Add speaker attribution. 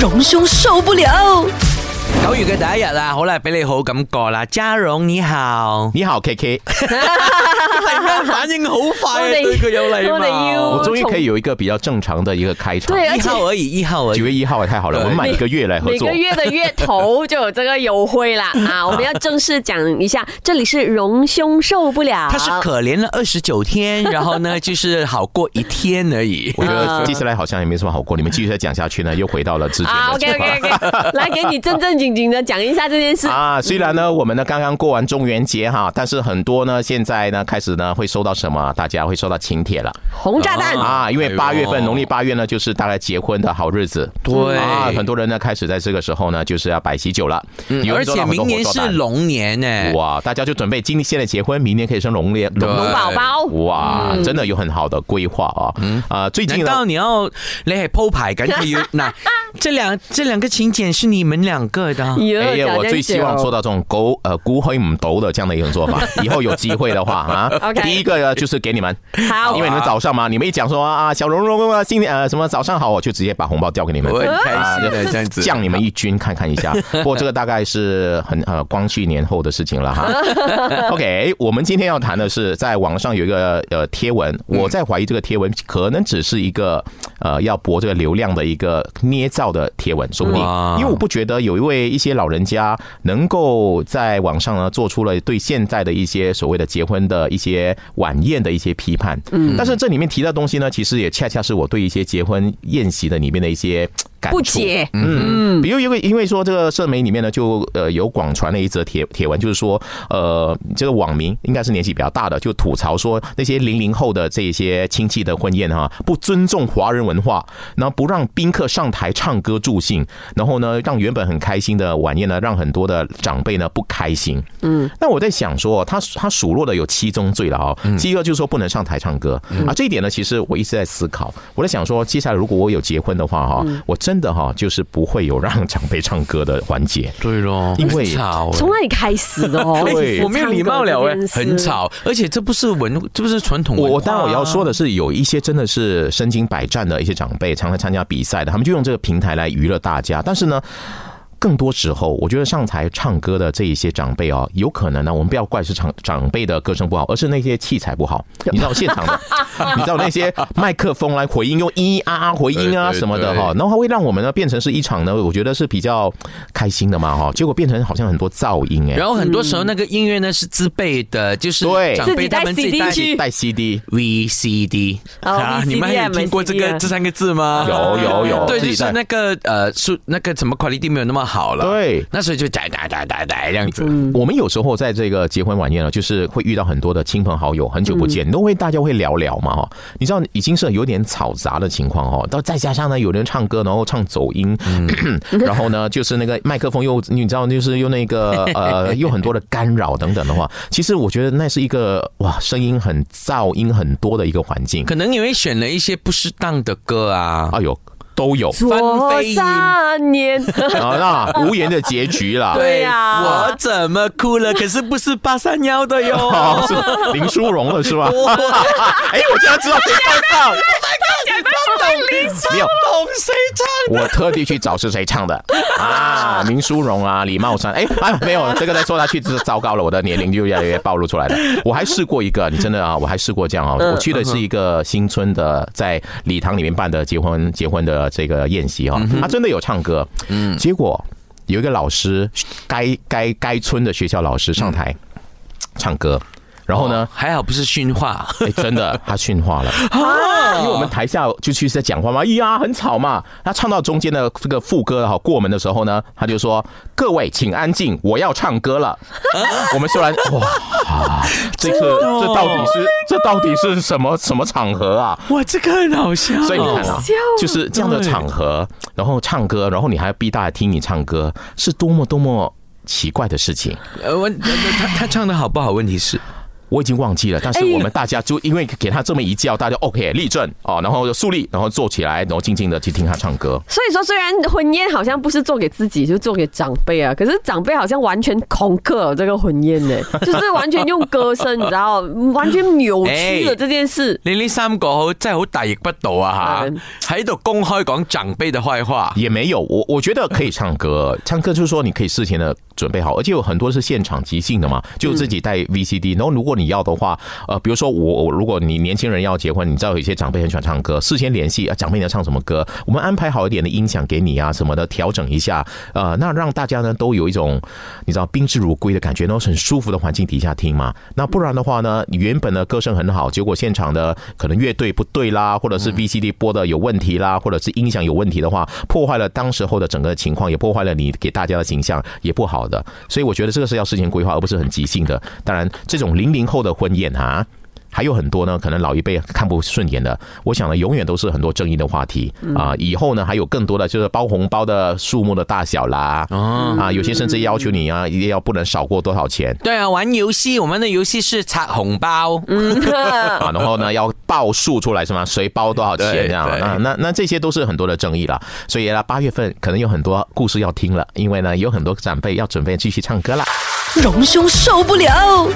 Speaker 1: 荣兄受不了。
Speaker 2: 九月嘅第一日啊，好啦，俾你好感覺啦，嘉榮你 好，
Speaker 3: 你好 K K，
Speaker 2: 反應好快啊，
Speaker 1: 我哋
Speaker 2: 對佢有禮貌。
Speaker 1: 我哋要
Speaker 3: 我终于可以有一个比较正常的一个开场。
Speaker 1: 对，而
Speaker 2: 一
Speaker 1: 且
Speaker 2: 號而已，一號而
Speaker 3: 九
Speaker 2: 已。
Speaker 3: 月一号也太好了，我们满一个月来合
Speaker 4: 每
Speaker 3: 作
Speaker 4: 个。月的月头就有这个优惠啦啊！我们要正式讲一 下，这里是荣兄受不了，
Speaker 2: 他是可怜了二十九天，然後呢，就是好过一天而已。
Speaker 3: 我觉得接下来好像也没什么好过，你们继续再讲下去呢，又回到了之前
Speaker 4: 啊
Speaker 3: 的
Speaker 4: ，OK
Speaker 3: 情况
Speaker 4: OK OK，来 给你正正经经的讲一下这件事。
Speaker 3: 啊，虽然呢，我们呢刚刚过完中元节哈，但是很多呢现在呢开始呢会收到什么？大家会收到请帖了
Speaker 4: 红炸弹
Speaker 2: 啊
Speaker 3: 啊，因
Speaker 2: 哎
Speaker 3: 为
Speaker 2: 呦
Speaker 3: 八月份农历八月呢就是大概结婚的好日子，
Speaker 2: 对
Speaker 3: 啊，很多人呢开始在这个时候呢就是要摆喜酒了，
Speaker 2: 嗯
Speaker 3: 有
Speaker 2: 而
Speaker 3: 人收
Speaker 2: 且
Speaker 3: 到很多
Speaker 2: 明年
Speaker 3: 活
Speaker 2: 是
Speaker 3: 动单
Speaker 2: 龙年呢，
Speaker 3: 哇，大家就准备今天现在结婚，明年可以生龙年龙
Speaker 2: 对
Speaker 4: 龙宝宝，
Speaker 3: 哇，真的有很好的规划啊！啊，最
Speaker 2: 难
Speaker 3: 近
Speaker 2: 道
Speaker 3: 呢，
Speaker 2: 你要你係鋪排緊佢要嗱？這兩這兩個请柬是你們兩個的。
Speaker 3: 哎呀，我最希望做
Speaker 4: 的
Speaker 3: 到这种狗呃孤灰唔斗的这样的一 种做法。以后有机会的话啊，
Speaker 4: OK
Speaker 3: 第一个呢就是给你们，
Speaker 4: 好
Speaker 3: 因为你们早上嘛，你们一讲说啊小蓉蓉啊新年呃什么早上好，我就直接把红包交给你们
Speaker 2: 我。很开心的
Speaker 3: 啊
Speaker 2: 这样子，
Speaker 3: 降你们一军看看一下，不过这个大概是很呃光绪年后的事情了哈。OK，我们今天要谈的是，在网上有一个呃贴文，我在怀疑这个贴文可能只是一个呃要博这个流量的一个捏造的贴文，说不定
Speaker 2: 哇，
Speaker 3: 因为我不觉得有一位一些老人家能够在网上呢做出了对现在的一些所谓的结婚的一些晚宴的一些批判，嗯，但是这里面提到的东西呢，其实也恰恰是我对一些结婚宴席的里面的一些。感触
Speaker 4: 不解，
Speaker 3: 嗯，比如因为因为说这个社媒里面呢，就呃有广传了一则帖帖文，就是说呃这个网民应该是年纪比较大的，就吐槽说那些零零后的这些亲戚的婚宴哈、不尊重华人文化，然后不让宾客上台唱歌助兴，然后呢让原本很开心的晚宴呢，让很多的长辈呢不开心。嗯，那我在想说，他他数落的有七宗罪了哦，第一个就是说不能上台唱歌、啊，这一点呢，其实我一直在思考，我在想说，接下来如果我有结婚的话哈、我真的哈、就是不会有让长辈唱歌的环节。
Speaker 2: 对咯，
Speaker 3: 因为？
Speaker 2: 很吵欸
Speaker 4: 从那里开始的哦
Speaker 3: 对
Speaker 2: 哎我没有礼貌了哎、很
Speaker 4: 吵。
Speaker 2: 吵，而且这不是文，这不是传统文
Speaker 3: 我
Speaker 2: 化、
Speaker 3: 我当然我要说，的是，有一些真的是身经百战的一些长辈，常常参加比赛的，他们就用这个平台来娱乐大家。但是呢，更多时候，我觉得上台唱歌的这一些长辈哦，有可能呢，我们不要怪是长长辈的歌声不好，而是那些器材不 好。你知道现场的， 你知道那些麦克风来回音，用咿咿啊啊回音啊
Speaker 2: 对对
Speaker 3: 什么的哈、
Speaker 2: 对
Speaker 3: 然后它会让我们呢变成是一场呢，我觉得是比较开心的嘛哈、结果变成好像很多噪音哎、
Speaker 2: 然后很多时候那个音乐呢是自备的，就是
Speaker 3: 对
Speaker 2: 长辈他们自己带
Speaker 4: 自己
Speaker 3: 带 CD。
Speaker 2: VCD
Speaker 4: 哦 VCD
Speaker 2: 啊
Speaker 3: 啊
Speaker 2: 你们还有听过这个
Speaker 4: 买 CD 啊
Speaker 2: 这三个字吗？
Speaker 3: 有有有
Speaker 2: 对，
Speaker 3: 自
Speaker 2: 就
Speaker 3: 己带
Speaker 2: 是那个呃，是那个什么 quality 没有那么好了，，
Speaker 3: 对，嗯
Speaker 2: 那所以就哒哒哒哒哒这样子，
Speaker 3: 我们有时候在这个结婚晚宴呢，就是会遇到很多的亲朋好友，很久不见，都会大家会聊聊嘛哈。你知道已经是有点嘈杂的情况哦，到再加上呢，有人唱歌，然后唱走音， 然后呢，就是那个麦克风又你知道，就是又那个呃，又很多的干扰等等的话，其实我觉得那是一个哇，声音很噪音很多的一个环境。
Speaker 2: 可能你会选了一些不适当的歌啊，
Speaker 3: 哎呦，都有
Speaker 4: 左三年，
Speaker 3: 啊，那无言的结局啦。
Speaker 4: 对呀
Speaker 2: 哎我怎么哭了？可是不是八三幺的 哟。
Speaker 3: 哦，是林淑荣了是吧？ 哎，我竟然知道谁唱的。没有，
Speaker 2: 懂谁唱？
Speaker 3: 我特地去找是谁唱的啊，明淑荣啊，李茂山，哎啊，没有，这个再说下去就糟糕了，我的年龄就越来越暴露出来了。我还试过一个，你真的啊，我还试过这样啊，我去的是一个新村的，在礼堂里面办的结婚结婚的这个宴席啊，他真的有唱歌，嗯，结果有一个老师，该该该村的学校老师上台唱歌，然后呢，
Speaker 2: 哦还好不是训话，
Speaker 3: 哎，真的，他 训话了，
Speaker 2: 哦
Speaker 3: 因为我们台下就去在讲话嘛，哎呀，很吵嘛。他唱到中间的这个副歌哈过门的时候呢，他就说：“各位请安静，我要唱歌了。”
Speaker 2: 啊
Speaker 3: 我们虽然哇，这个
Speaker 2: 哦
Speaker 3: 这到底是这到底是什么什么场合啊？
Speaker 2: 哇，这个很好笑哦。
Speaker 3: 所以你看啊，就是这样的场合，然后唱歌，然后你还要逼大家听你唱歌，是多么多么奇怪的事情。
Speaker 2: 哦呃呃，我呃他他唱的好不好？问题是
Speaker 3: 我已经忘记了，但是
Speaker 4: 哎呦
Speaker 3: 我们大家就因为给他这么一叫，大家 OK 立正哦，然后肃立，然后坐起来，然后静静的去听他唱歌。
Speaker 4: 所以说，虽然婚宴好像不是做给自己，就做给长辈啊，可是长辈好像完全恐克了这个婚宴呢、就是完全用歌声，你知道，完全扭曲了这件事。
Speaker 2: 你呢三個好真係好大逆不道啊
Speaker 4: 嗯
Speaker 2: 吓！喺度公開講長輩嘅壞話，
Speaker 3: 也没有，我我觉得可以唱歌， 唱歌就是说你可以事前的准备好，而且有很多是现场即兴的嘛，就自己带 VCD，、然后如果你要的话，呃，比如说我我如果你年轻人要结婚，你知道有一些长辈很喜欢唱歌，事先联系啊，长辈你要唱什么歌，我们安排好一点的音响给你啊什么的，调整一下，呃，那让大家呢都有一种你知道宾至如归的感觉，然后是很舒服的环境底下听嘛，那不然的话呢，你原本的歌声很好，结果现场的可能乐队不对啦，或者是 VCD 播的有问题啦，或者是音响有问题的话，破坏了当时候的整个情况，也破坏了你给大家的形象，也不好的。所以我觉得这个是要事前规划，而不是很即兴的。当然，这种零零后的婚宴啊。还有很多呢，可能老一辈看不顺眼的，我想呢，永远都是很多争议的话题啊、以后呢，还有更多的就是包红包的数目的大小啦，
Speaker 2: 嗯
Speaker 3: 啊，有些甚至要求你啊，一定要不能少过多少钱。
Speaker 2: 對啊，玩遊戲，我們的遊戲是拆紅包。
Speaker 4: 嗯
Speaker 3: 啊，然后呢要报数出来是吗？谁包多少钱这样？啊
Speaker 2: 对对
Speaker 3: 那那那这些都是很多的争议了。所以呢，八月份可能有很多故事要听了，因为呢有很多长辈要准备继续唱歌了。
Speaker 1: 隆兄受不了。